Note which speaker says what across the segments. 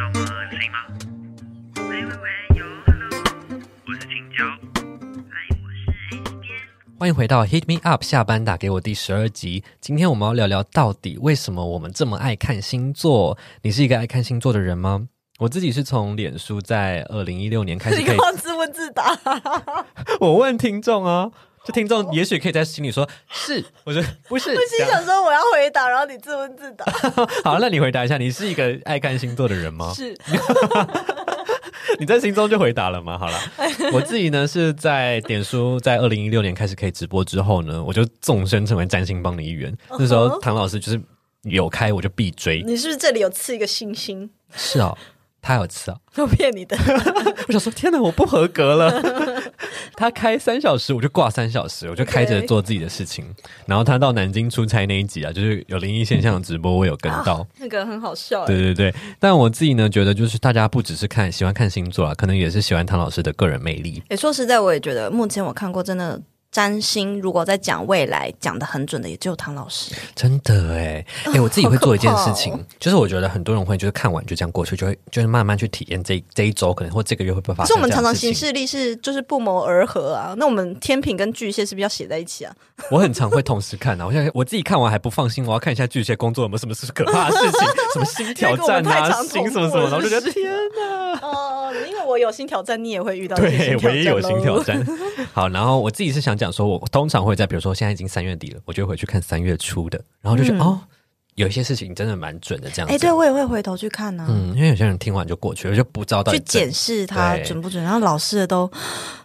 Speaker 1: 行吗？喂喂喂，有 Hello，我是青椒。嗨，我是 A 边。
Speaker 2: 欢迎回到 Hit Me Up 下班打给我第十二集。今天我们要聊聊到底为什么我们这么爱看星座？你是一个爱看星座的人吗？我自己是从脸书在二零一六年 开始
Speaker 3: 你
Speaker 2: 可
Speaker 3: 刚
Speaker 2: 以，
Speaker 3: 刚自问自答，
Speaker 2: 我问听众啊，就听众也许可以在心里说是，我 觉得不是。
Speaker 3: 不
Speaker 2: 这
Speaker 3: 心
Speaker 2: 样
Speaker 3: 想说我要回答，然后你自问自 答，
Speaker 2: 好，那你回答一下，你是一个爱看星座的人吗？
Speaker 3: 是
Speaker 2: 你在心中就回答了吗？好 了，我自己呢是在点书，在二零一六年开始可以直播之后呢，我就纵身成为占星帮的一员。那时候唐老师就是有开我就必追，
Speaker 3: 你是不是这里有刺一个星星？
Speaker 2: 是哦，他有吃哦。
Speaker 3: 我骗你的，
Speaker 2: 我想说，天哪，我不合格了。 他开三小时，我就挂三小时，我就开着
Speaker 3: OK
Speaker 2: 做自己的事 情。然后他到南京出差那一集啊，就是有灵异现象的直播，我有跟 到。
Speaker 3: 那个很好笑。欸
Speaker 2: 对对对，但我自己呢，觉得就是大家不只是看喜欢看星座啊，可能也是喜欢唐老师的个人魅力。
Speaker 3: 也说实在，我也觉得目前我看过真的。占星如果在讲未来讲的很准的，也只有唐老师。
Speaker 2: 真的 哎，哎、我自己会做一件事情，
Speaker 3: 好
Speaker 2: 就是我觉得很多人会就是看完就这样过去，就会就是慢慢去体验这一这一周可能或这个月会不会发
Speaker 3: 可
Speaker 2: 生。
Speaker 3: 是我们常常行，事力是就是不谋而合啊。那我们天平跟巨蟹是不是要写在一起啊？
Speaker 2: 我很常会同时看啊。我现在我自己看完还不放心，我要看一下巨蟹工作有没有什么是可怕的事 情，什么新挑战
Speaker 3: 因为跟我们太
Speaker 2: 啊，
Speaker 3: 常
Speaker 2: 新
Speaker 3: 同步
Speaker 2: 什么什么，
Speaker 3: 了
Speaker 2: 然后就觉得
Speaker 3: 是不是
Speaker 2: 天哪。
Speaker 3: 哦，因为我有新挑战，你也会遇到一些
Speaker 2: 对，我也有
Speaker 3: 咯
Speaker 2: 新挑。战。好，然后我自己是想讲说，我通常会在比如说现在已经三月底了，我就会回去看三月初的，然后就觉得、哦，有一些事情真的蛮准的这样子。
Speaker 3: 嗯哎，对我也会回头去看呢、
Speaker 2: 嗯，因为有些人听完就过去了，就不知道到底
Speaker 3: 去
Speaker 2: 真
Speaker 3: 检视它
Speaker 2: 对
Speaker 3: 准不准。然后老师的都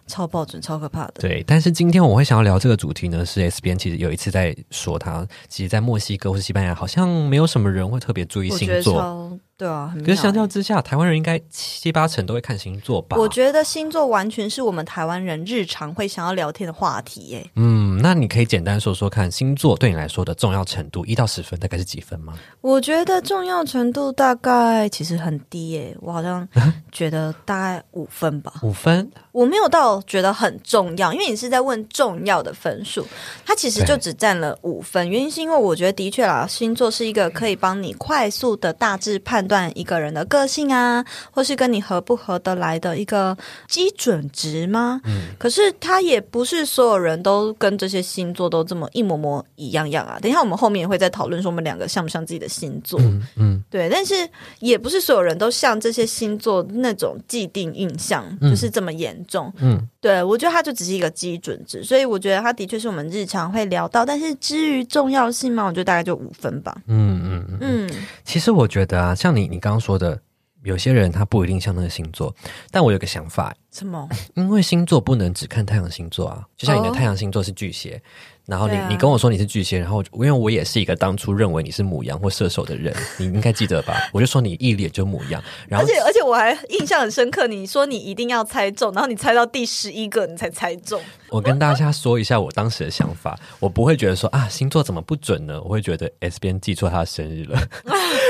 Speaker 3: 超爆准、超可怕的。
Speaker 2: 对，但是今天我会想要聊这个主题呢，是 S 边其实有一次在说他，其实，在墨西哥或是西班牙，好像没有什么人会特别注意
Speaker 3: 我
Speaker 2: 星
Speaker 3: 觉得
Speaker 2: 座。
Speaker 3: 超对啊，很
Speaker 2: 可是
Speaker 3: 妙
Speaker 2: 相较
Speaker 3: 欸
Speaker 2: 之下，台湾人应该七八成都会看星座吧？
Speaker 3: 我觉得星座完全是我们台湾人日常会想要聊天的话题耶、
Speaker 2: 嗯，那你可以简单说说看，星座对你来说的重要程度，一到十分大概是几分吗？
Speaker 3: 我觉得重要程度大概其实很低耶、我 好像觉得大概五分吧，
Speaker 2: 五分，
Speaker 3: 我没有到觉得很重要，因为你是在问重要的分数，它其实就
Speaker 2: 对
Speaker 3: 只占了五分。原因是因为我觉得的确啦，星座是一个可以帮你快速的大致判断一个人的个性啊，或是跟你合不合得来的一个基准值吗？
Speaker 2: 嗯
Speaker 3: 可是它也不是所有人都跟这些星座都这么一模模一样样啊。等一下我们后面也会再讨论说我们两个像不像自己的星座。
Speaker 2: 嗯嗯，
Speaker 3: 对，但是也不是所有人都像这些星座那种既定印象，
Speaker 2: 嗯
Speaker 3: 就是这么严重。
Speaker 2: 嗯，
Speaker 3: 对我觉得它就只是一个基准值，所以我觉得它的确是我们日常会聊到，但是至于重要性嘛，我觉得大概就五分吧。
Speaker 2: 嗯嗯嗯。
Speaker 3: 嗯，
Speaker 2: 其实我觉得啊，像你你刚刚说的，有些人他不一定像那个星座，但我有个想法，
Speaker 3: 什么？
Speaker 2: 因为星座不能只看太阳星座啊，就像你的
Speaker 3: 哦
Speaker 2: 太阳星座是巨蟹，然后你、
Speaker 3: 对啊
Speaker 2: 你跟我说你是巨蟹，然后我就因为我也是一个当初认为你是母羊或射手的人，你应该记得吧？我就说你一脸就母羊，然
Speaker 3: 而
Speaker 2: 后
Speaker 3: 且而且我还印象很深刻，你说你一定要猜中，然后你猜到第十一个你才猜中，
Speaker 2: 我跟大家说一下我当时的想法，我不会觉得说啊星座怎么不准呢？我会觉得 S 边记错他的生日了，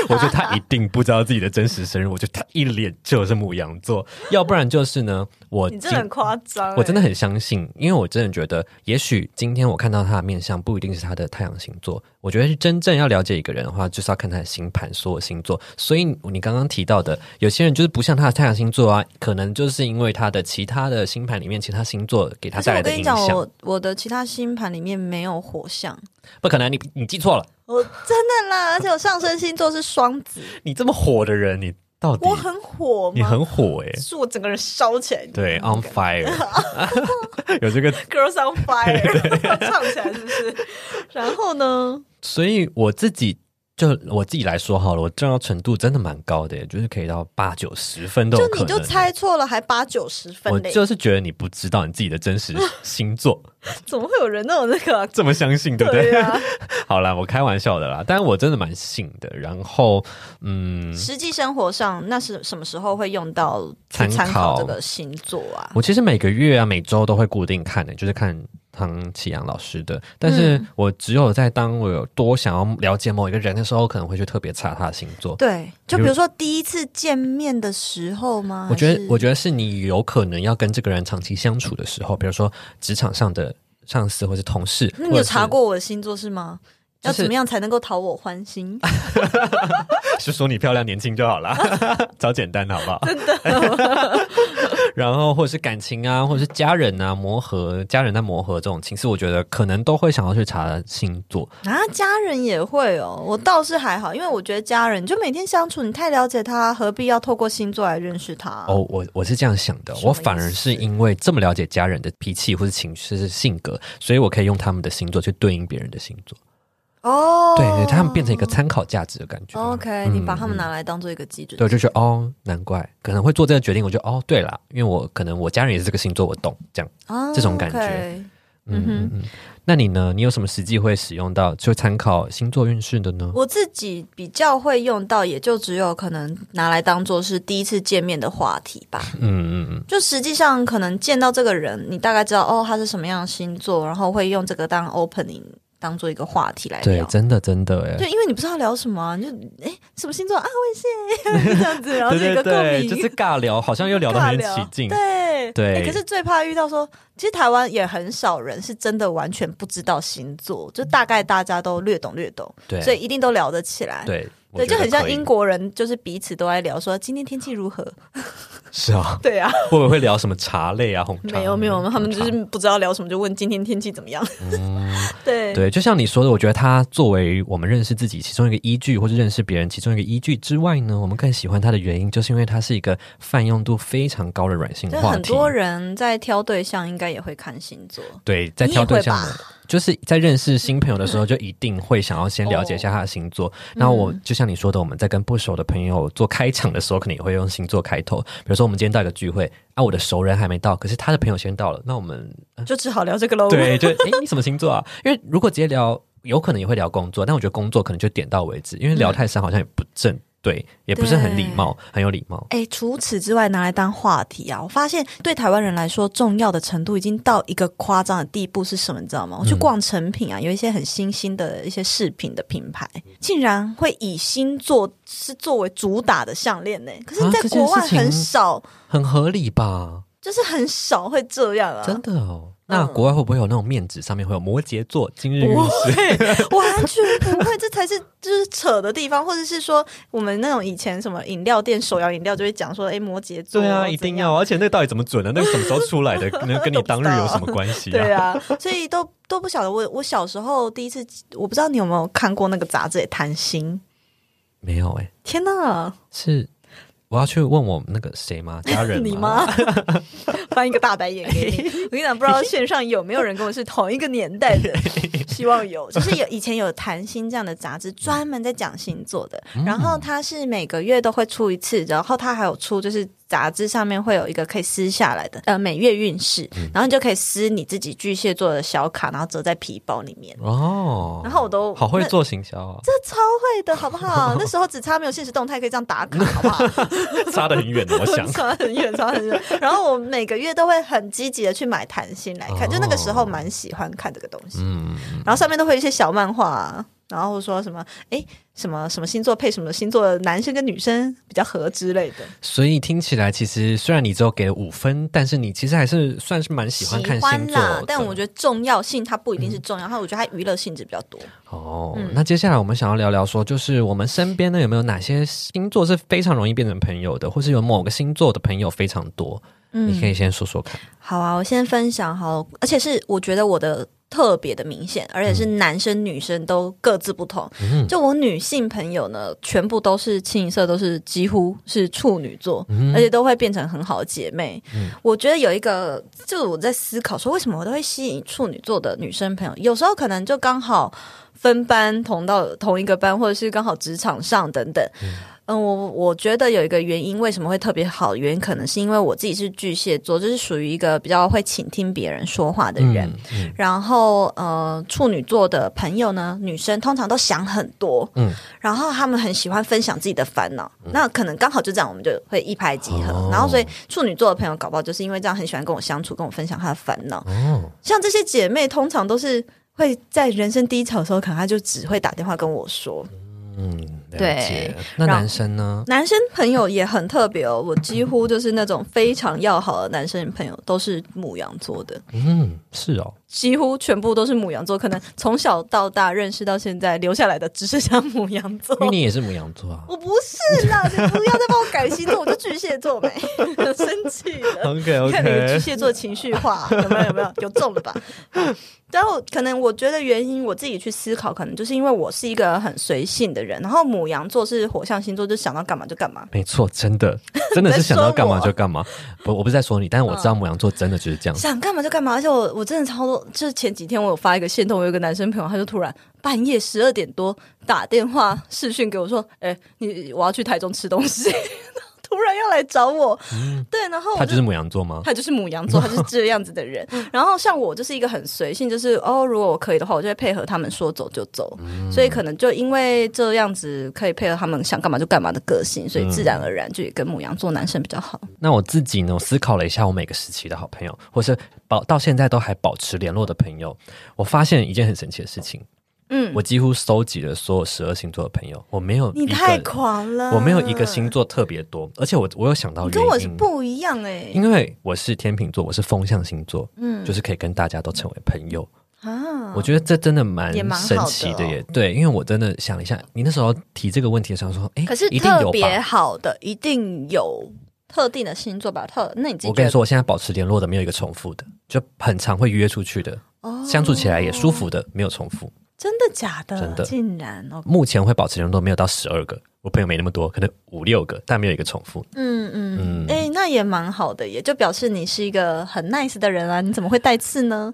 Speaker 2: 我觉得他一定不知道自己的真实生日，我觉得他一脸就是母羊座，要不然就是呢，我
Speaker 3: 你真的
Speaker 2: 今
Speaker 3: 很夸张、欸
Speaker 2: 我真的很相信，因为我真的觉得，也许今天我看到他的面相，不一定是他的太阳星座。我觉得真正要了解一个人的话，就是要看他的星盘，所有星座。所以你刚刚提到的，有些人就是不像他的太阳星座啊，可能就是因为他的其他的星盘里面其他星座给他
Speaker 3: 可是
Speaker 2: 带来
Speaker 3: 我
Speaker 2: 的
Speaker 3: 跟你
Speaker 2: 影
Speaker 3: 讲，
Speaker 2: 响。
Speaker 3: 我我的其他星盘里面没有火象，
Speaker 2: 不可能，你你记错了，
Speaker 3: 我真的啦，而且我上升星座是双子，
Speaker 2: 你这么火的人， 你到底
Speaker 3: 我很火吗？
Speaker 2: 你很火诶、
Speaker 3: 是我整个人烧起来。
Speaker 2: 对哦
Speaker 3: 那
Speaker 2: ，on
Speaker 3: 个
Speaker 2: fire，有 这个
Speaker 3: Girls on Fire，唱起来是不是？然后呢？
Speaker 2: 所以我自己就我自己来说好了，我重要程度真的蛮高的耶，就是可以到八九十分都
Speaker 3: 就
Speaker 2: 有可
Speaker 3: 你
Speaker 2: 能。
Speaker 3: 就猜错了，还八九十
Speaker 2: 我
Speaker 3: 分啊嘞？
Speaker 2: 就是觉得你不知道你自己的真实星座，
Speaker 3: 怎么会有人那种那个啊？
Speaker 2: 这么相信，对不对？
Speaker 3: 对啊，
Speaker 2: 好啦，我开玩笑的啦，但我真的蛮信的。然后，嗯，
Speaker 3: 实际生活上那是什么时候会用到去
Speaker 2: 参考
Speaker 3: 参考这个星座啊？
Speaker 2: 我其实每个月啊、每周都会固定看的，就是看唐启阳老师的。但是
Speaker 3: 嗯
Speaker 2: 我只有在当我有多想要了解某一个人的时候，可能会去特别查他的星座。
Speaker 3: 对，就
Speaker 2: 比
Speaker 3: 比
Speaker 2: 如
Speaker 3: 如说第一次见面的时候吗？
Speaker 2: 我觉得，我
Speaker 3: 得
Speaker 2: 觉得是你有可能要跟这个人长期相处的时候，比如说职场上的上司或是同事，或
Speaker 3: 那你
Speaker 2: 者
Speaker 3: 有
Speaker 2: 是
Speaker 3: 查过我的星座是吗？要
Speaker 2: 就是
Speaker 3: 怎么样才能够讨我欢心？
Speaker 2: 就说你漂亮年轻就好啦， 找简单的好不好？真的。 然后或者是感情啊，或者是家人啊，磨合，家人在磨合这种情绪，我觉得可能都会想要去查星座。
Speaker 3: 啊，家人也会哦，我倒是还好，因为我觉得家人就每天相处，你太了解他，何必要透过星座来认识他？
Speaker 2: 哦，我我是这样想的
Speaker 3: 啊什，么
Speaker 2: 我反而
Speaker 3: 意思
Speaker 2: 是因为这么了解家人的脾气或是情绪是性格，所以我可以用他们的星座去对应别人的星座，
Speaker 3: 哦，
Speaker 2: 对对，他们变成一个参考价值的感觉。嗯
Speaker 3: OK，、你把他们拿来当做一个基准。
Speaker 2: 对，我就觉得哦，难怪可能会做这个决定，我觉得哦，对啦，因为我可能我家人也是这个星座，我懂这样。
Speaker 3: 啊
Speaker 2: 这种感觉
Speaker 3: OK
Speaker 2: 嗯嗯嗯。那你呢？你有什么实际会使用到就参考星座运势的呢？
Speaker 3: 我自己比较会用到，也就只有可能拿来当做是第一次见面的话题 吧。
Speaker 2: 嗯嗯嗯。
Speaker 3: 就实际上可能见到这个人，你大概知道哦他是什么样的星座，然后会用这个当 opening 当做一个话题来
Speaker 2: 对
Speaker 3: 聊，。
Speaker 2: 真的真的哎。
Speaker 3: 对，因为你不知道聊什么啊、你就哎什么星座啊，我也是 这样子，然后就一
Speaker 2: 对
Speaker 3: 个共
Speaker 2: 对，
Speaker 3: 鸣，
Speaker 2: 就是尬聊，好像又聊得很
Speaker 3: 尬
Speaker 2: 起
Speaker 3: 聊
Speaker 2: 劲。
Speaker 3: 对
Speaker 2: 对
Speaker 3: 诶可是最怕遇到说，其实台湾也很少人是真的完全不知道星座，就大概大家都略懂略懂，
Speaker 2: 对
Speaker 3: 所以一定都聊得起来。
Speaker 2: 对我
Speaker 3: 对，
Speaker 2: 觉
Speaker 3: 就
Speaker 2: 得
Speaker 3: 很像
Speaker 2: 可以
Speaker 3: 英。国人，就是彼此都在聊说今天天气如何。
Speaker 2: 是啊，
Speaker 3: 对啊，
Speaker 2: 会不会聊什么茶类啊、红茶？
Speaker 3: 没有没有，他们就
Speaker 2: 红茶
Speaker 3: 是不知道聊什么，就问今天天气怎么样。 对
Speaker 2: 嗯对，就像你说的，我觉得它作为我们认识自己其中一个依据，或是认识别人其中一个依据之外呢，我们更喜欢它的原因，就是因为它是一个泛用度非常高的软性
Speaker 3: 就
Speaker 2: 话
Speaker 3: 很
Speaker 2: 题。
Speaker 3: 多人在挑对象，应该也会看星座。
Speaker 2: 对，在
Speaker 3: 你
Speaker 2: 挑
Speaker 3: 也
Speaker 2: 对
Speaker 3: 会
Speaker 2: 象
Speaker 3: 吧
Speaker 2: 的，就是在认识新朋友的时候，就一定会想要先了解一下他的星
Speaker 3: 哦
Speaker 2: 座。那我就像你说的，我们在跟不熟的朋友做开场的时候，可能也会用星座开头。比如说，我们今天到一个聚会，啊，我的熟人还没到，可是他的朋友先到了，那我们
Speaker 3: 就只好聊这个喽。
Speaker 2: 呃对，就诶，你什么星座啊？因为如果直接聊，有可能也会聊工作，但我觉得工作可能就点到为止，因为聊太深好像也不正对，也不是很礼貌，很有礼貌。
Speaker 3: 哎，除此之外，拿来当话题啊！我发现对台湾人来说，重要的程度已经到一个夸张的地步，是什么？你知道吗？我去
Speaker 2: 嗯
Speaker 3: 逛成品啊，有一些很新兴的一些饰品的品牌，竟然会以星座是作为主打的项链呢、可是，
Speaker 2: 啊
Speaker 3: 在
Speaker 2: 这件
Speaker 3: 国外
Speaker 2: 事情
Speaker 3: 很少，
Speaker 2: 很合理吧？
Speaker 3: 就是很少会这样啊！
Speaker 2: 真的哦。那国外会不会有那种面纸上面会有摩羯座今日运
Speaker 3: 不
Speaker 2: 势？
Speaker 3: 会，完全不会，这才是就是扯的地方，或者是说我们那种以前什么饮料店手摇饮料就会讲说，哎，摩羯座
Speaker 2: 对
Speaker 3: 怎
Speaker 2: 啊，
Speaker 3: 样
Speaker 2: 一定要，而且那个到底怎么准啊呢？那个什么时候出来的？那跟你当日有什么关系啊？
Speaker 3: 对啊，所以都都不晓得。我我小时候第一次，我不知道你有没有看过那个杂志《谈心
Speaker 2: 没有哎、》。
Speaker 3: 天哪，
Speaker 2: 是我要去问我那个谁 吗？家人
Speaker 3: 你吗？ 翻一个大白眼给你。我跟你讲，不知道线上有没有人跟我是同一个年 代的，希望有。就是有以前有《谈心》这样的杂志，专门在讲星座的。
Speaker 2: 嗯
Speaker 3: 然后它是每个月都会出一次，然后它还有出就是。杂志上面会有一个可以撕下来的，呃，每月运势，
Speaker 2: 嗯
Speaker 3: 然后你就可以撕你自己巨蟹座的小卡，然后折在皮包里面。
Speaker 2: 哦，
Speaker 3: 然后我都
Speaker 2: 好会
Speaker 3: 那
Speaker 2: 做行销 啊，
Speaker 3: 这超会的，好不好？ 那时候只差没有现实动态可以这样打卡，好不好？。
Speaker 2: 差得很远啊的，我想
Speaker 3: 差很远，差很远。然后我每个月都会很积极的去买谈心来看，
Speaker 2: 哦
Speaker 3: 就那个时候蛮喜欢看这个东西。
Speaker 2: 嗯，
Speaker 3: 然后上面都会有一些小漫画、啊，然后说什么哎什么什么星座配什么星座的男生跟女生比较合之类的。
Speaker 2: 所以听起来，其实虽然你只有给了五分，但是你其实还是算是蛮喜欢看星座
Speaker 3: 啦
Speaker 2: 的。，嗯
Speaker 3: 但我觉得重要性它不一定是重要，它我觉得它娱乐性质比较多。
Speaker 2: 哦，
Speaker 3: 嗯
Speaker 2: 那接下来我们想要聊聊说，就是我们身边呢有没有哪些星座是非常容易变成朋友的，或是有某个星座的朋友非常多？
Speaker 3: 嗯
Speaker 2: 你可以先说说看。
Speaker 3: 好啊，我先分享好了，而且是我觉得我的特别的明显，而且是男生女生都各自不同。就我女性朋友呢，全部都是清一色都是几乎是处女座，而且都会变成很好的姐妹。我觉得有一个，就是我在思考说，为什么我都会吸引处女座的女生朋友？有时候可能就刚好分班同到同一个班，或者是刚好职场上等等。嗯，我我觉得有一个原因，为什么会特别好？原因可能是因为我自己是巨蟹座，就是属于一个比较会倾听别人说话的人。
Speaker 2: 嗯
Speaker 3: 然后呃，处女座的朋友呢，女生通常都想很多，
Speaker 2: 嗯
Speaker 3: 嗯，然后她们很喜欢分享自己的烦恼，那可能刚好就这样，我们就会一拍即合。
Speaker 2: 哦
Speaker 3: 然后所以处女座的朋友搞不好就是因为这样，很喜欢跟我相处，跟我分享她的烦恼。
Speaker 2: 哦，
Speaker 3: 像这些姐妹，通常都是会在人生低潮的时候，可能她就只会打电话跟我说，
Speaker 2: 嗯，了
Speaker 4: 对
Speaker 2: 解。那
Speaker 3: 然后
Speaker 2: 男生呢？
Speaker 3: 男生朋友也很特别哦，我几乎就是那种非常要好的男生朋友都是母羊座的，
Speaker 2: 嗯，是哦，
Speaker 3: 几乎全部都是母羊座，可能从小到大认识到现在留下来的只剩下母羊座。
Speaker 2: 因为你也是母羊座 啊。
Speaker 3: 我不是啦，你不要再帮我改星座，我就巨蟹座呗，生气了。
Speaker 2: OK
Speaker 3: 看你的巨蟹座情绪化有没有？有没有？有中了吧？然后可能我觉得原因我自己去思考，可能就是因为我是一个很随性的人，然后母羊座是火象星座，就想到干嘛就干嘛。
Speaker 2: 没错，真的，真的
Speaker 3: 在
Speaker 2: 是想到
Speaker 3: 说
Speaker 2: 干嘛
Speaker 3: 我嗯
Speaker 2: 就 干嘛。不，我不是在说你，但是我知道母羊座真的就是这样。
Speaker 3: 想干嘛就干嘛，而且我我真的超多，就是前几天我有发一个线动，我有一个男生朋友，他就突然半夜十二点多打电话视讯给我说：“哎、你我要去台中吃东西， 突然要来找我。对，然后我
Speaker 2: 嗯他就是母嗯羊座吗？
Speaker 3: 他就是母羊座，他就是这样子的人。然后像我就是一个很随性，就是哦，如果我可以的话，我就会配合他们说走就走。
Speaker 2: 嗯
Speaker 3: 所以可能就因为这样子可以配合他们想干嘛就干嘛的个性，所以自然而然就也跟母羊座男生比较好。
Speaker 2: 那我自己呢？我思考了一下，我每个时期的好朋友，或是保到现在都还保持联络的朋友，我发现一件很神奇的事情：
Speaker 3: 嗯，
Speaker 2: 我几乎收集了所有十二星座的朋友，我没有
Speaker 3: 你
Speaker 2: 一个
Speaker 3: 太狂了，
Speaker 2: 我没有一个星座特别多，而且我我有想到
Speaker 3: 你
Speaker 2: 原因，
Speaker 3: 跟我是不一样哎、
Speaker 2: 嗯因为我是天秤座，我是风象星座，
Speaker 3: 嗯
Speaker 2: 就是可以跟大家都成为朋友。
Speaker 3: 啊
Speaker 2: 我觉得这真的蛮
Speaker 3: 也蛮好
Speaker 2: 神
Speaker 3: 的
Speaker 2: 奇
Speaker 3: 哦
Speaker 2: 的耶，对，因为我真的想了一下，你那时候提这个问题的时候说，哎，
Speaker 3: 可是
Speaker 2: 一定
Speaker 3: 特
Speaker 2: 有
Speaker 3: 别
Speaker 2: 吧？
Speaker 3: 好的一定有特定的星座吧？特那你自己
Speaker 2: 我跟你
Speaker 3: 觉得
Speaker 2: 说，我现在保持联络的没有一个重复的，就很常会约出去的，
Speaker 3: 哦
Speaker 2: 相处起来也舒服的，没有重复。
Speaker 3: 真的假的？
Speaker 2: 真的
Speaker 3: 竟然哦，
Speaker 2: 目前会保持联络没有到十二个，我朋友没那么多，可能五六个，但没有一个重复。
Speaker 3: 嗯嗯，
Speaker 2: 嗯
Speaker 3: 哎、那也蛮好的耶，也就表示你是一个很 nice 的人啊，你怎么会带刺 呢？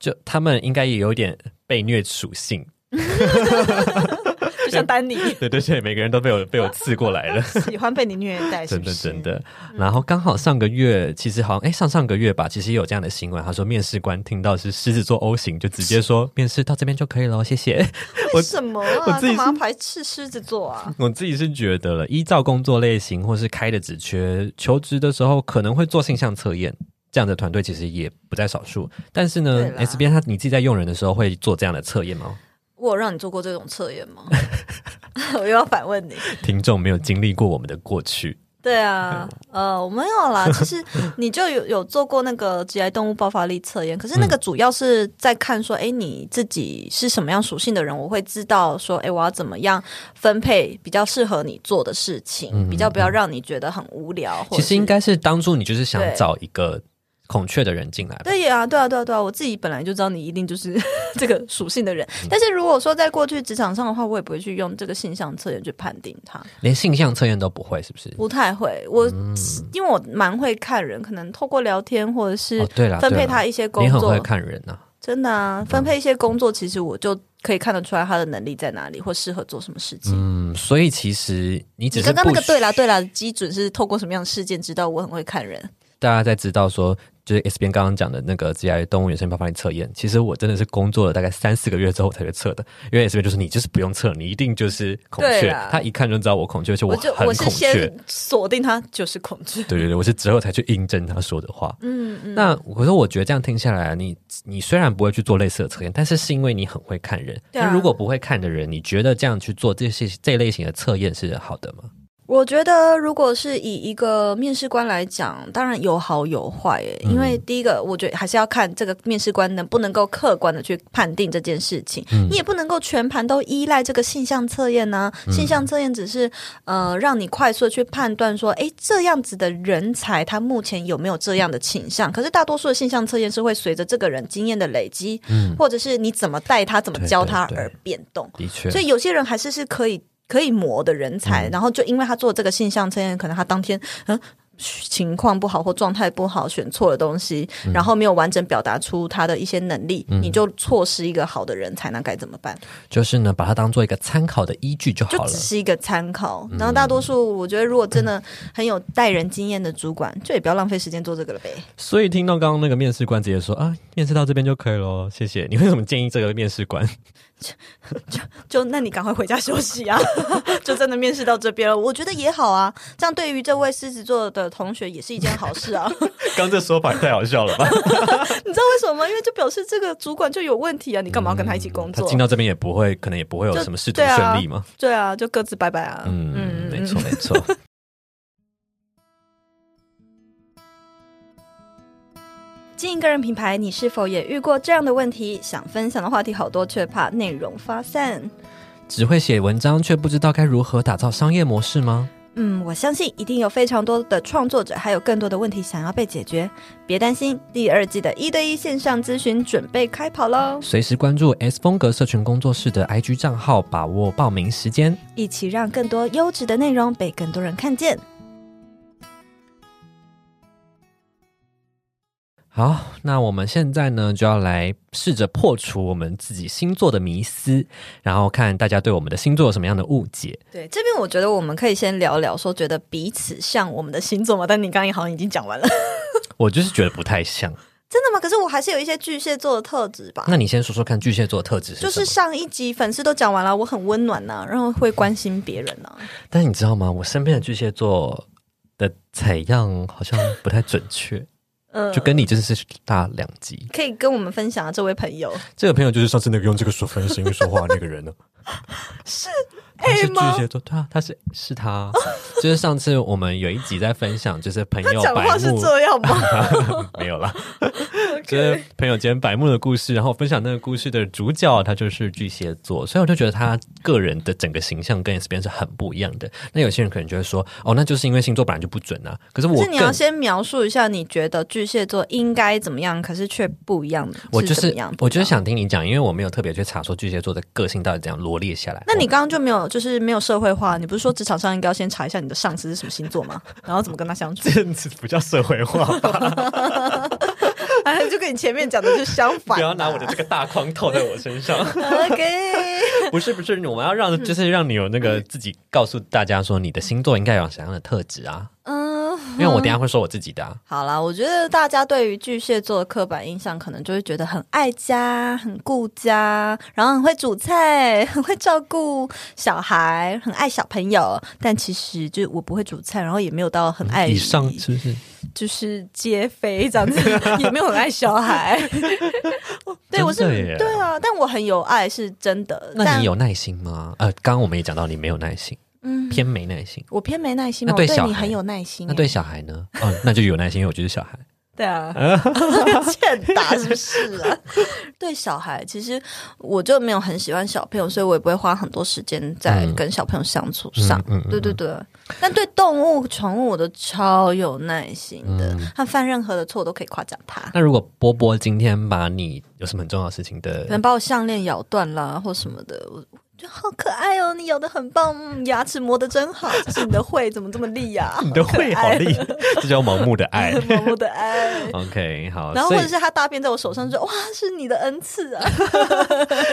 Speaker 2: 就他们应该也有点被虐属性，
Speaker 3: 就像丹尼
Speaker 2: 对对对，每个人都被我被我刺过来了。嗯
Speaker 3: 喜欢被你虐待，是
Speaker 2: 真
Speaker 3: 不
Speaker 2: 的
Speaker 3: 是？
Speaker 2: 真的。然后刚好上个月，其实好像哎，上上个月吧，其实也有这样的新闻，他说面试官听到是狮子座 O 型，就直接说 面试到这边就可以了，谢谢。我
Speaker 3: 为什么啊？
Speaker 2: 我自己是
Speaker 3: 干嘛要排斥狮子座啊？
Speaker 2: 我自己是觉得了，依照工作类型或是开的职缺，求职的时候可能会做性向测验。这样的团队其实也不在少数，但是呢
Speaker 3: 对啦
Speaker 2: ，S 边他你自己在用人的时候会做这样的测验 吗？
Speaker 3: 我有让你做过这种测验吗？ 我又要反问你。
Speaker 2: 听众没有经历过我们的过去，
Speaker 3: 对 啊，呃，我没有啦。其实你就有有做过那个职业动物爆发力测验，
Speaker 2: 嗯
Speaker 3: 可是那个主要是在看说，哎、你自己是什么样属性的人，我会知道说，哎、我要怎么样分配比较适合你做的事情，
Speaker 2: 嗯
Speaker 3: 比较不要让你觉得很无聊。或
Speaker 2: 其
Speaker 3: 者
Speaker 2: 实应
Speaker 3: 是
Speaker 2: 该是当初你就是想
Speaker 3: 对
Speaker 2: 找一个孔雀的人进来吧。
Speaker 3: 对呀、对啊，对啊，对啊，我自己本来就知道你一定就是 这个属性的人，
Speaker 2: 嗯
Speaker 3: 但是如果说在过去职场上的话，我也不会去用这个性向测验去判定他，
Speaker 2: 连性向测验都不会，是不是？
Speaker 3: 不太会。我、
Speaker 2: 嗯
Speaker 3: 因为我蛮会看人，可能透过聊天或者是
Speaker 2: 哦，对了，
Speaker 3: 分配
Speaker 2: 对啦
Speaker 3: 他一些工
Speaker 2: 你很
Speaker 3: 作
Speaker 2: 会，看嗯人呐、
Speaker 3: 真的啊，分配一些工作，其实我就可以看得出来他的能力在哪里，或适合做什么事情。
Speaker 2: 嗯，所以其实你只是
Speaker 3: 你刚刚那
Speaker 2: 不
Speaker 3: 个
Speaker 2: 需
Speaker 3: 对啦对啦的基准是透过什么样的事件知道我很会看人？
Speaker 2: 大家在知道说，就是 S 边刚刚讲的那个 GI 动物原生爆发力测验，其实我真的是工作了大概三四个月之后才去测的，因为 S 边就是你就是不用测，你一定就是孔
Speaker 3: 对
Speaker 2: 雀
Speaker 3: 啦，
Speaker 2: 他一看就知道我孔雀，而且
Speaker 3: 我就
Speaker 2: 很
Speaker 3: 我
Speaker 2: 孔
Speaker 3: 是
Speaker 2: 雀。
Speaker 3: 先锁定他就是恐惧。
Speaker 2: 对对对，我是之后才去印证他说的话。
Speaker 3: 嗯嗯，
Speaker 2: 那可是我觉得这样听下来，啊你你虽然不会去做类似的测验，但是是因为你很会看人。
Speaker 3: 对啊
Speaker 2: 那如果不会看的人，你觉得这样去做这些这类型的测验是好的吗？
Speaker 3: 我觉得，如果是以一个面试官来讲，当然有好有坏耶。因为
Speaker 2: 嗯
Speaker 3: 第一个，我觉得还是要看这个面试官能不能够客观的去判定这件事情。
Speaker 2: 嗯
Speaker 3: 你也不能够全盘都依赖这个性向测验呢、
Speaker 2: 嗯
Speaker 3: 性向测验只是呃，让你快速地去判断说，诶，这样子的人才他目前有没有这样的倾向？可是大多数的性向测验是会随着这个人经验的累积，或者是你怎么带他、怎么
Speaker 2: 嗯对
Speaker 3: 教
Speaker 2: 对
Speaker 3: 他
Speaker 2: 对
Speaker 3: 而变动。
Speaker 2: 的确，
Speaker 3: 所以有些人还是是可以可以磨的人
Speaker 2: 嗯
Speaker 3: 才，然后就因为他做这个性向测验，可能他当天嗯情况不好或状态不好，选错了东西，
Speaker 2: 嗯
Speaker 3: 然后没有完整表达出他的一些能力，你就错失一个好的人才，那该怎么办？
Speaker 2: 就是呢，把它当做一个参考的依据就
Speaker 3: 就
Speaker 2: 好了嗯
Speaker 3: 只。是一个参考。然后大多数我觉得，如果真的很有带人经验的主管，
Speaker 2: 嗯
Speaker 3: 就也不要浪费时间做这个了呗。
Speaker 2: 所以 听到刚刚那个面试官直接说啊，面试到这边就可以咯，谢谢。你为什么建议这个面试官？
Speaker 3: 就那你赶快回家休息啊！ 就真的面试到这边了，我觉得也好啊。这样对于这位狮子座的同学也是一件好事啊。
Speaker 2: 刚这说法也太好笑了吧？
Speaker 3: 你知道为什么吗？因为就表示这个主管就有问题啊，你干嘛要跟他一起工
Speaker 2: 嗯他
Speaker 3: 作？
Speaker 2: 进到这边也不会，可能也不会有
Speaker 3: 就
Speaker 2: 什么仕途
Speaker 3: 对啊
Speaker 2: 顺利嘛。
Speaker 3: 对啊，就各自拜拜啊。
Speaker 2: 嗯，没错没错。
Speaker 3: 经营个人品牌，你是否也遇过这样的问题？想分享的话题好多，却怕内容发散。
Speaker 2: 只会写文章却不知道该如何打造商业模式吗？
Speaker 3: 嗯，我相信一定有非常多的创作者，还有更多的问题想要被解决。别担心，第二季的一对一线上咨询准备开跑喽！
Speaker 2: 随时关注 S 风格社群工作室的 IG 账号，把握报名时间。
Speaker 3: 一起让更多优质的内容被更多人看见。
Speaker 2: 好，那我们现在呢就要来试着破除我们自己星座的迷思，然后看大家对我们的星座有什么样的误解。
Speaker 3: 对，这边我觉得我们可以先聊聊，说觉得彼此像我们的星座嘛？但你刚刚好像已经讲完了，
Speaker 2: 我就是觉得不太像。
Speaker 3: 真的吗？可是我还是有一些巨蟹座的特质吧。
Speaker 2: 那你先说说看巨蟹座的特质是什
Speaker 3: 就
Speaker 2: 么？
Speaker 3: 是上一集粉丝都讲完了，我很温暖呐、然后会关心别人呐、
Speaker 2: 但是你知道吗？我身边的巨蟹座的采样好像不太准确，
Speaker 3: 嗯，
Speaker 2: 就跟你真的是大两级。
Speaker 3: 可以跟我们分享啊，这位朋友
Speaker 2: 这个朋友就是上次那个用这个说分型说话那个人 呢、是。是
Speaker 3: A 吗
Speaker 2: 巨蟹座，对啊，他是是他， 就是上次我们有一集在分享，就是朋友
Speaker 3: 讲
Speaker 2: 白
Speaker 3: 话是
Speaker 2: 目，
Speaker 3: 这样吗？
Speaker 2: 没有啦，就是朋友间白目的故事，然后分享那个故事的主角他就是巨蟹座，所以我就觉得他个人的整个形象跟 S 边是很不一样的。那有些人可能就会说，哦，那就是因为星座本来就不准啊。可是 我
Speaker 3: 就是你要
Speaker 2: 更
Speaker 3: 先描述一下，你觉得巨蟹座应该怎么样，可是却不一样。
Speaker 2: 我就是
Speaker 3: 怎么样
Speaker 2: 我就是，想听你讲，因为我没有特别去查说巨蟹座的个性到底怎样罗列下来。
Speaker 3: 那你刚刚就没有，就是没有社会化。你不是说职场上应该要先查一下你的上司是什么星座吗？ 然后怎么跟他相 处？
Speaker 2: 这样子不叫社会化吧？
Speaker 3: 哎，就跟你前面讲的就相反啊。
Speaker 2: 不要拿我的这个大框套在我身 上。
Speaker 3: OK。
Speaker 2: 不是不是，我们要让就是让你有那个自己告诉大家说你的星座应该有什么样的特质啊。
Speaker 3: 嗯，
Speaker 2: 因为我等一下会说我自己的、啊，
Speaker 3: 好啦，我觉得大家对于巨蟹座的刻板印象，可能就会觉得很爱家、很顾家，然后很会煮菜、很会照顾小孩、很爱小朋友。但其实就是我不会煮菜，然后也没有到很爱
Speaker 2: 以上是不是？
Speaker 3: 就是接飞这样子，也没有很爱 小孩。对，我是
Speaker 2: 真的耶
Speaker 3: 对啊，但我很有爱，是真的。
Speaker 2: 那
Speaker 3: 但
Speaker 2: 你有耐心吗？呃，刚刚我们也讲到你没有耐心，
Speaker 3: 嗯，
Speaker 2: 偏没耐心。
Speaker 3: 我偏没耐心嘛，
Speaker 2: 那对
Speaker 3: 我
Speaker 2: 小孩
Speaker 3: 对你很有耐心
Speaker 2: 那
Speaker 3: 耶。
Speaker 2: 对小孩呢？哦，那就有耐心，因为我就是 小孩。
Speaker 3: 对 啊，欠打是不是啊？对小孩，其实我就没有很喜欢小朋友，所以我也不会花很多时间在
Speaker 2: 嗯
Speaker 3: 跟小朋友相处上。
Speaker 2: 嗯嗯嗯
Speaker 3: 对对对，但对动物、宠物，我都超有耐心的。
Speaker 2: 嗯
Speaker 3: 他犯任何的错，我都可以夸奖他。
Speaker 2: 那如果波波今天把你有什么很重要的事情
Speaker 3: 可
Speaker 2: 的
Speaker 3: 能把我项链咬断啦，或什么的，我就好可爱哦！你咬的很棒，嗯，牙齿磨得真好，这是你的慧怎么这么利啊呀、
Speaker 2: 你的会好厉害， 这叫盲目的 爱。
Speaker 3: 萌萌的爱。
Speaker 2: OK，好，
Speaker 3: 然后
Speaker 2: 所
Speaker 3: 或
Speaker 2: 以
Speaker 3: 者是他大便在我手上，就哇，是你的恩赐啊！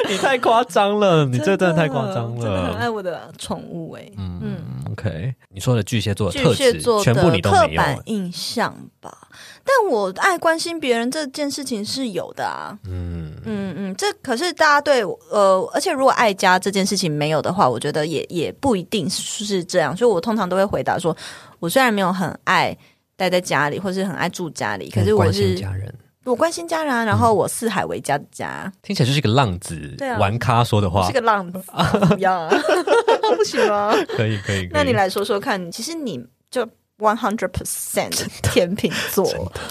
Speaker 2: 你太夸张了，你这真的太夸张
Speaker 3: 真的很
Speaker 2: 了。
Speaker 3: 爱我的宠物哎、
Speaker 2: 嗯，OK，你说的巨蟹座的
Speaker 3: 巨
Speaker 2: 特
Speaker 3: 蟹
Speaker 2: 质
Speaker 3: 座，
Speaker 2: 全
Speaker 3: 的
Speaker 2: 部你都
Speaker 3: 刻
Speaker 2: 没有
Speaker 3: 板。印象吧，但我爱关心别人这件事情是有的啊，
Speaker 2: 嗯，
Speaker 3: 嗯嗯，这可是大家对我呃，而且如果爱家这件事情没有的话，我觉得也也不一定是这样，所以我通常都会回答说，我虽然没有很爱待在家里，或是很爱住家里，可是我
Speaker 2: 关心
Speaker 3: 是
Speaker 2: 家人，
Speaker 3: 我关心家人啊，然
Speaker 2: 嗯
Speaker 3: 后我四海为家的家，
Speaker 2: 听起来就是一个浪子
Speaker 3: 对啊
Speaker 2: 玩咖说的
Speaker 3: 我
Speaker 2: 话
Speaker 3: 是，个浪子，怎么样啊？ 不行吗？
Speaker 2: 可以可以。可
Speaker 3: 那你
Speaker 2: 以，
Speaker 3: 来说说看，其实你就 one hundred percent 天秤座，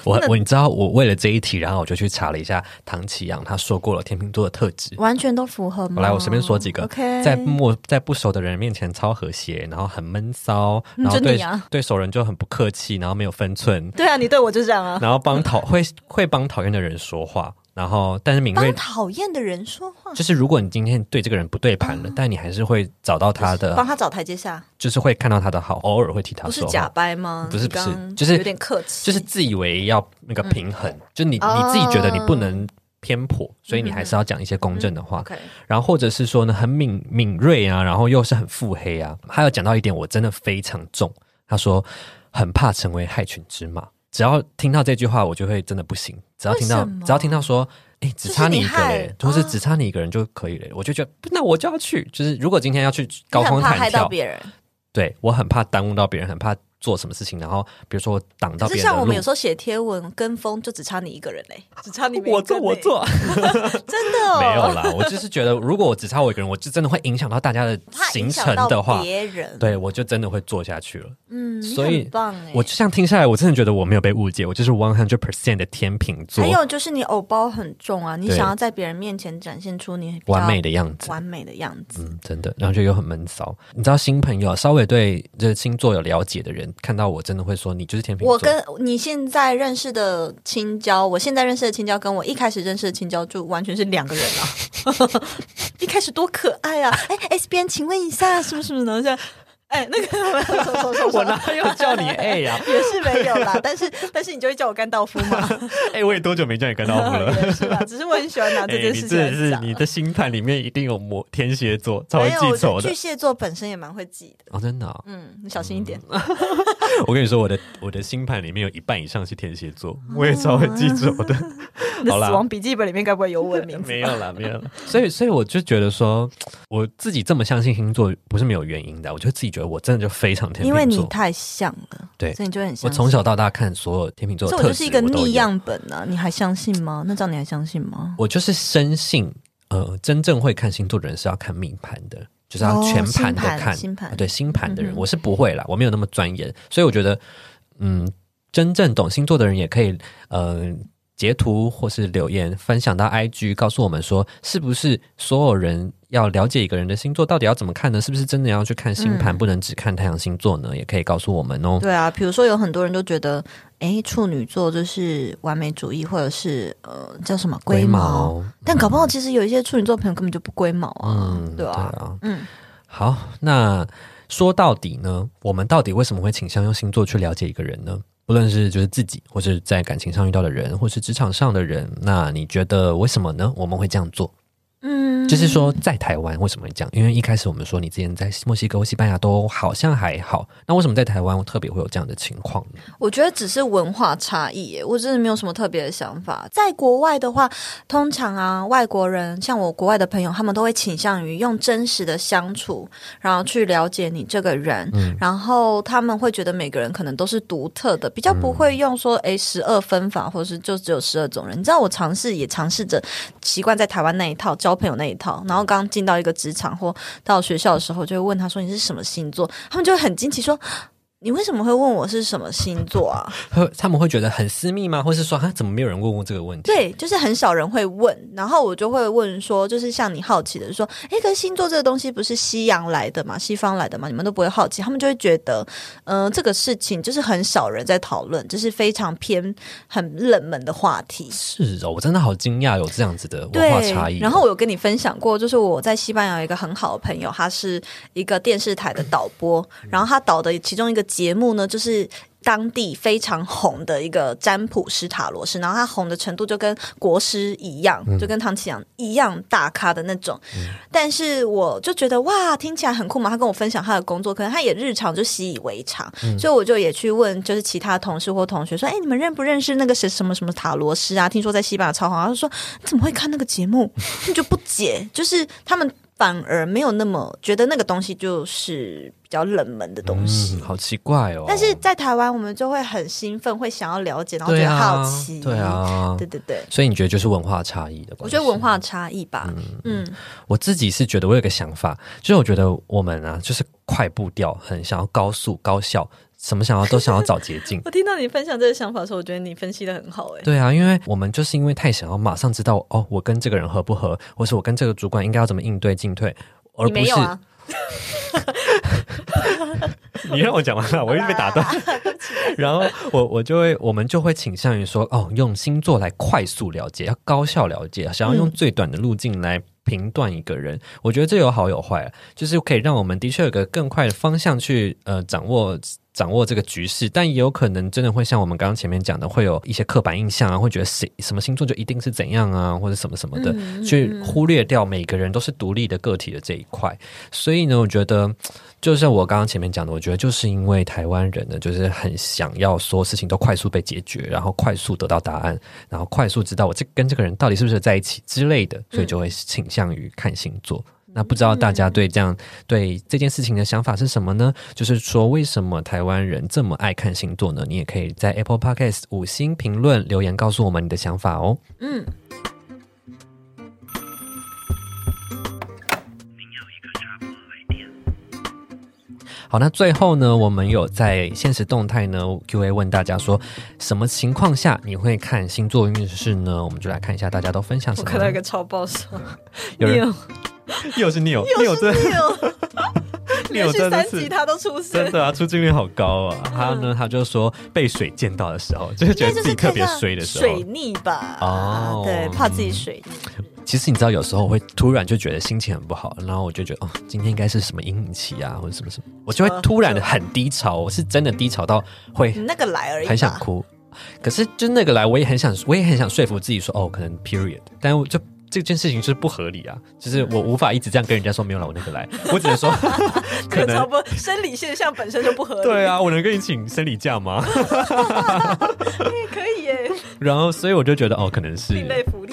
Speaker 2: 我我你知道，我为了这一题，然后我就去查了一下唐启阳，他说过了天秤座的特质。
Speaker 3: 完全都符合吗？
Speaker 2: 我来，我随便说几个
Speaker 3: OK，
Speaker 2: 在陌在不熟的人面前超和谐，然后很闷骚，
Speaker 3: 嗯
Speaker 2: 然后
Speaker 3: 就
Speaker 2: 对、
Speaker 3: 你啊
Speaker 2: 对熟人就很不客气，然后没有分寸，
Speaker 3: 对啊，你对我就这样啊，
Speaker 2: 然后帮讨会会帮讨厌的人说话，然后但是敏
Speaker 3: 帮
Speaker 2: 锐
Speaker 3: 讨厌的人说话，
Speaker 2: 就是如果你今天对这个人不对盘了，但你还是会找到他
Speaker 3: 啊帮
Speaker 2: 的，
Speaker 3: 他找台阶下，
Speaker 2: 就是会看到他的好，偶尔会替他
Speaker 3: 不是
Speaker 2: 说
Speaker 3: 假
Speaker 2: 话。
Speaker 3: 掰吗？
Speaker 2: 不是
Speaker 3: 你刚
Speaker 2: 不是就是
Speaker 3: 有点客气，
Speaker 2: 就是自以为要那
Speaker 3: 嗯
Speaker 2: 个平衡，就你
Speaker 3: 哦
Speaker 2: 你自己觉得你不能偏颇，所以你还是要讲一些公正的话。
Speaker 3: OK，
Speaker 2: 然后或者是说呢，很敏敏锐啊，然后又是很腹黑啊。还有讲到一点，我真的非常重，他说很怕成为害群之马。只要听到这句话，我就会真的不行。只要听到
Speaker 3: 为什么
Speaker 2: 只要听到说哎，只差你一个嘞，
Speaker 3: 就
Speaker 2: 就是
Speaker 3: 你害啊
Speaker 2: 是只差你一个人就可以了。我就觉得，那我就要去。就是如果今天要去高
Speaker 3: 你
Speaker 2: 空
Speaker 3: 很怕
Speaker 2: 弹
Speaker 3: 害到
Speaker 2: 跳，
Speaker 3: 别人。
Speaker 2: 对我很怕耽误到别人，很怕做什么事情，然后比如说我挡到
Speaker 3: 可是
Speaker 2: 别人的
Speaker 3: 像
Speaker 2: 路。
Speaker 3: 我们有时候写贴文跟风，就只差你一个人嘞、只差你没
Speaker 2: 我
Speaker 3: 跟
Speaker 2: 做我
Speaker 3: 嘞，
Speaker 2: 做，
Speaker 3: 欸真的、哦、
Speaker 2: 没有啦。我就是觉得，如果我只差我一个人，我就真的会影响到大家的
Speaker 3: 怕
Speaker 2: 行
Speaker 3: 影
Speaker 2: 程
Speaker 3: 响到
Speaker 2: 的话，
Speaker 3: 别人，
Speaker 2: 对我就真的会做下去了。
Speaker 3: 嗯，你
Speaker 2: 所以
Speaker 3: 很棒哎、
Speaker 2: 我就像听下来，我真的觉得我没有被误解，我就是 one hundred percent 的天秤座
Speaker 3: 还，有就是你偶包很重啊，你
Speaker 2: 对
Speaker 3: 想要在别人面前展现出你比较
Speaker 2: 完美的样子。
Speaker 3: 完美的样子，
Speaker 2: 嗯，真的，然后就又很闷骚。你知道新朋友稍微对这星座有了解的人，看到我真的会说你就是天秤座。
Speaker 3: 我跟你现在认识的青椒，我现在认识的青椒，跟我一开始认识的青椒就完全是两个人啊！ 一开始多可爱啊！哎、s B N，请问一下，什么什么的，像哎、那个
Speaker 2: 我哪有叫 你哎 A 啊呀、
Speaker 3: 也是没有啦，但是但是你就会叫我甘道夫嘛，
Speaker 2: 哎、我也多久没叫你干到 夫了？
Speaker 3: 也是啦，只是我很喜欢拿
Speaker 2: 哦哎、
Speaker 3: 这件
Speaker 2: 你
Speaker 3: 事
Speaker 2: 真
Speaker 3: 情
Speaker 2: 的
Speaker 3: 来
Speaker 2: 是
Speaker 3: 讲
Speaker 2: 你
Speaker 3: 啊。
Speaker 2: 的星盘里面一定有摩天蝎座，超会
Speaker 3: 没有，
Speaker 2: 记
Speaker 3: 我觉
Speaker 2: 仇
Speaker 3: 得
Speaker 2: 的
Speaker 3: 巨蟹座本身也蛮会记的，
Speaker 2: 哦，真的、哦。
Speaker 3: 嗯，你小心一点。
Speaker 2: 我跟你说，我的我的星盘里面有一半以上是天蝎
Speaker 3: 哦
Speaker 2: 座，我也超会记仇的。
Speaker 3: 你的
Speaker 2: 好啦
Speaker 3: 死亡笔记本里面该不会有我的名字？
Speaker 2: 没有啦，没有啦。所以，所以我就觉得说，我自己这么相信星座不是没有原因的。我就自己觉得我真的就非常天秤座，
Speaker 3: 因为你太像了，
Speaker 2: 对
Speaker 3: 所以你就会很像。
Speaker 2: 我从小到大看所有天秤座
Speaker 3: 这
Speaker 2: 的
Speaker 3: 我
Speaker 2: 特
Speaker 3: 就是
Speaker 2: 质，
Speaker 3: 一个
Speaker 2: 我都
Speaker 3: 逆
Speaker 2: 有，
Speaker 3: 样本啊！你还相信吗？那这样你还相信吗？
Speaker 2: 我就是深信，呃，真正会看星座的人是要看命盘的。就是要
Speaker 3: 哦
Speaker 2: 全盘的
Speaker 3: 星盘
Speaker 2: 看，
Speaker 3: 星盘
Speaker 2: 啊对星盘的人，
Speaker 3: 嗯哼
Speaker 2: 我是不会啦，我没有那么钻研，所以我觉得，嗯，真正懂星座的人也可以，呃，截图或是留言分享到 IG，告诉我们说，是不是所有人要了解一个人的星座到底要怎么看呢？是不是真的要去看星盘，
Speaker 3: 嗯
Speaker 2: 不能只看太阳星座呢？也可以告诉我们哦。
Speaker 3: 对啊，比如说有很多人都觉得，哎，处女座就是完美主义，或者是呃叫什么
Speaker 2: 龟
Speaker 3: 龟毛，
Speaker 2: 毛，
Speaker 3: 但搞不好其实有一些处女座朋友根本就不龟毛啊，
Speaker 2: 嗯，
Speaker 3: 对啊，
Speaker 2: 啊，
Speaker 3: 嗯，
Speaker 2: 好，那说到底呢，我们到底为什么会倾向用星座去了解一个人呢？不论是就是自己，或是在感情上遇到的人，或是职场上的人，那你觉得为什么呢？我们会这样做？
Speaker 3: 嗯，
Speaker 2: 就是说，在台湾为什么会这样？因为一开始我们说你之前在墨西哥、西班牙都好像还好，那为什么在台湾特别会有这样的情况呢？
Speaker 3: 我觉得只是文化差异耶，我真的没有什么特别的想法。在国外的话，通常啊，外国人像我国外的朋友，他们都会倾向于用真实的相处，然后去了解你这个人，然后他们会觉得每个人可能都是独特的，比较不会用说诶十二分法，或者是就只有十二种人。你知道，我尝试也尝试着习惯在台湾那一套交朋友那一套，然后刚进到一个职场或到学校的时候，就会问他说你是什么星座，他们就会很惊奇说。你为什么会问我是什么星座啊？
Speaker 2: 会他们会觉得很私密吗？或是说啊，怎么没有人问过这个问题？
Speaker 3: 对，就是很少人会问，然后我就会问说，就是像你好奇的说，诶，可是星座这个东西不是西洋来的嘛，西方来的嘛，你们都不会好奇，他们就会觉得，嗯、这个事情就是很少人在讨论，就是非常偏很冷门的话题。
Speaker 2: 是哦，我真的好惊讶，有这样子的文化差
Speaker 3: 对，
Speaker 2: 异。哦
Speaker 3: 然后我有跟你分享过，就是我在西班牙有一个很好的朋友，他是一个电视台的导播，
Speaker 2: 嗯
Speaker 3: 然后他导的其中一个节目呢，就是。当地非常红的一个占卜师塔罗师，然后他红的程度就跟国师一样，
Speaker 2: 嗯
Speaker 3: 就跟唐启阳一样大咖的那种。但是我就觉得哇，听起来很酷嘛。他跟我分享他的工作，可能他也日常就习以为常，
Speaker 2: 嗯
Speaker 3: 所以我就也去问，就是其他同事或同学说：“哎，你们认不认识那个谁什么什么塔罗师啊？听说在西班牙超红。”他就说：“你怎么会看那个节目？” 他们就不解，就是他们反而没有那么觉得那个东西就是比较冷门的东西。
Speaker 2: 嗯，好奇怪哦。
Speaker 3: 但是在台湾，我们就会很兴奋，会想要了解，然后觉
Speaker 2: 对
Speaker 3: 得
Speaker 2: 啊
Speaker 3: 好奇。
Speaker 2: 对啊，
Speaker 3: 对对对，
Speaker 2: 所以你觉得就是文化差异的关系？
Speaker 3: 我觉得文，化差异吧，嗯
Speaker 2: 我自己是觉得我有个想法，就是我觉得我们啊，就是快步调，很想要高速高效，什么想要都想要找捷
Speaker 3: 。
Speaker 2: 径
Speaker 3: 我听到你分享这个想法的时候，我觉得你分析的很好、哎，
Speaker 2: 对啊，因为我们就是因为太想要马上知道哦，我跟这个人合不合，或是我跟这个主管应该要怎么应对进退，而
Speaker 3: 你
Speaker 2: 不
Speaker 3: 没
Speaker 2: 是
Speaker 3: 有啊？
Speaker 2: 你让我讲完了，我一直被 打断。 然后我我就会，我们就会倾向于说，哦，用星座来快速了解，要高效了解，想要
Speaker 3: 嗯
Speaker 2: 用最短的路径来评断一个人。啊我觉得这有好有坏，就是可以让我们的确有个更快的方向去呃掌握。掌握这个局势，但也有可能真的会像我们刚刚前面讲的，会有一些刻板印象啊，会觉得谁什么星座就一定是怎样啊，或者什么什么的，
Speaker 3: 嗯嗯
Speaker 2: 去忽略掉每个人都是独立的个体的这一块。所以呢，我觉得就像我刚刚前面讲的，我觉得就是因为台湾人呢，就是很想要说事情都快速被解决，然后快速得到答案，然后快速知道我这跟这个人到底是不是在一起之类的，所以就会倾向于看星座。
Speaker 3: 嗯
Speaker 2: 那不知道大家对这样对这件事情的想法是什么呢？就是说，为什么台湾人这么爱看星座呢？你也可以在 Apple Podcast 五星评论留言告诉我们你的想法哦。
Speaker 3: 嗯，
Speaker 2: 好，那最后呢，我们有在现实动态呢 Q&A 问大家说，什么情况下你会看星座运势呢？我们就来看一下大家都分享
Speaker 3: 我
Speaker 2: 什么
Speaker 3: 看到一
Speaker 2: 呢。
Speaker 3: 个超爆笑，
Speaker 2: 有人
Speaker 3: 六
Speaker 2: 又是 Neo，Neo 真的
Speaker 3: 六，连
Speaker 2: Neo
Speaker 3: 续
Speaker 2: 真的
Speaker 3: 三
Speaker 2: 是
Speaker 3: 集他都出现
Speaker 2: 真，的啊，出镜率好高啊。
Speaker 3: 嗯
Speaker 2: 他呢，他就说被水溅到的时候，就是觉得
Speaker 3: 应该就
Speaker 2: 自己
Speaker 3: 是
Speaker 2: 特别
Speaker 3: 看到
Speaker 2: 衰的时候，
Speaker 3: 水逆吧？
Speaker 2: 哦
Speaker 3: 对，怕自己水逆。
Speaker 2: 其实你知道，有时候我会突然就觉得心情很不好，然后我就觉得哦，今天应该是什么阴影期啊，或者什么什
Speaker 3: 嗯
Speaker 2: 么，我就会突然的很低潮，我是真的低潮到会
Speaker 3: 你那个来而已吧，
Speaker 2: 很想哭。可是就那个来，我也很想，我也很想说服自己说哦，可能 period，但我就这件事情就是不合理啊，就是我无法一直这样跟人家说没有了，我那个来，我只能 说
Speaker 3: 这
Speaker 2: 可
Speaker 3: 个超
Speaker 2: 能
Speaker 3: 不生理现象本身就不合理。
Speaker 2: 对，啊，我能跟你请生理假吗？
Speaker 3: 可以耶，
Speaker 2: 然后所以我就觉得哦，可能是
Speaker 3: 另类福利。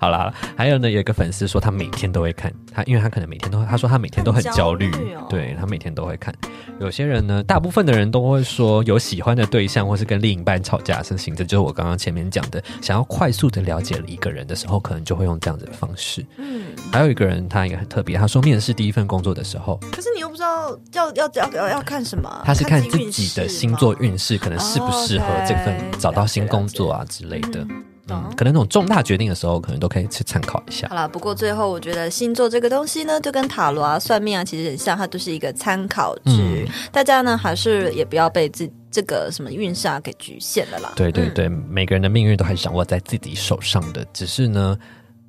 Speaker 2: 好啦，还有呢，有一个粉丝说他每天都会看他，因为他可能每天都，他说他每天都很焦虑，
Speaker 3: 很焦虑哦
Speaker 2: 对他每天都会看。有些人呢，大部分的人都会说有喜欢的对象，或是跟另一半吵架的事情，这就是我刚刚前面讲的，想要快速的了解一个人的时候，可能就会用这样子的方式。
Speaker 3: 嗯，
Speaker 2: 还有一个人，他也很特别，他说面试第一份工作的时候，
Speaker 3: 可是你又不知道要要要要要看什么啊，
Speaker 2: 他是看自
Speaker 3: 运
Speaker 2: 己
Speaker 3: 势
Speaker 2: 的
Speaker 3: 吗
Speaker 2: 星座。运势，可能适不适合这份
Speaker 3: 哦，OK，
Speaker 2: 找到新工作啊之类的。嗯
Speaker 3: 懂，
Speaker 2: 可能那种重大决定的时候，可能都可以去参考一下
Speaker 3: 好。啦，不过最后我觉得星座这个东西呢，就跟塔罗啊、算命啊其实很像，它都是一个参考值。
Speaker 2: 嗯
Speaker 3: 大家呢还是也不要被自这个什么运势啊给局限了啦。
Speaker 2: 对对
Speaker 3: 嗯
Speaker 2: 对，每个人的命运都还是掌握在自己手上的，只是呢，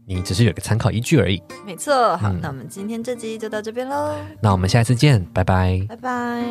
Speaker 2: 你只是有一个参考依据而已。
Speaker 3: 没错。好，
Speaker 2: 嗯
Speaker 3: 那我们今天这集就到这边喽，
Speaker 2: 那我们下次见，拜拜。
Speaker 3: 拜拜。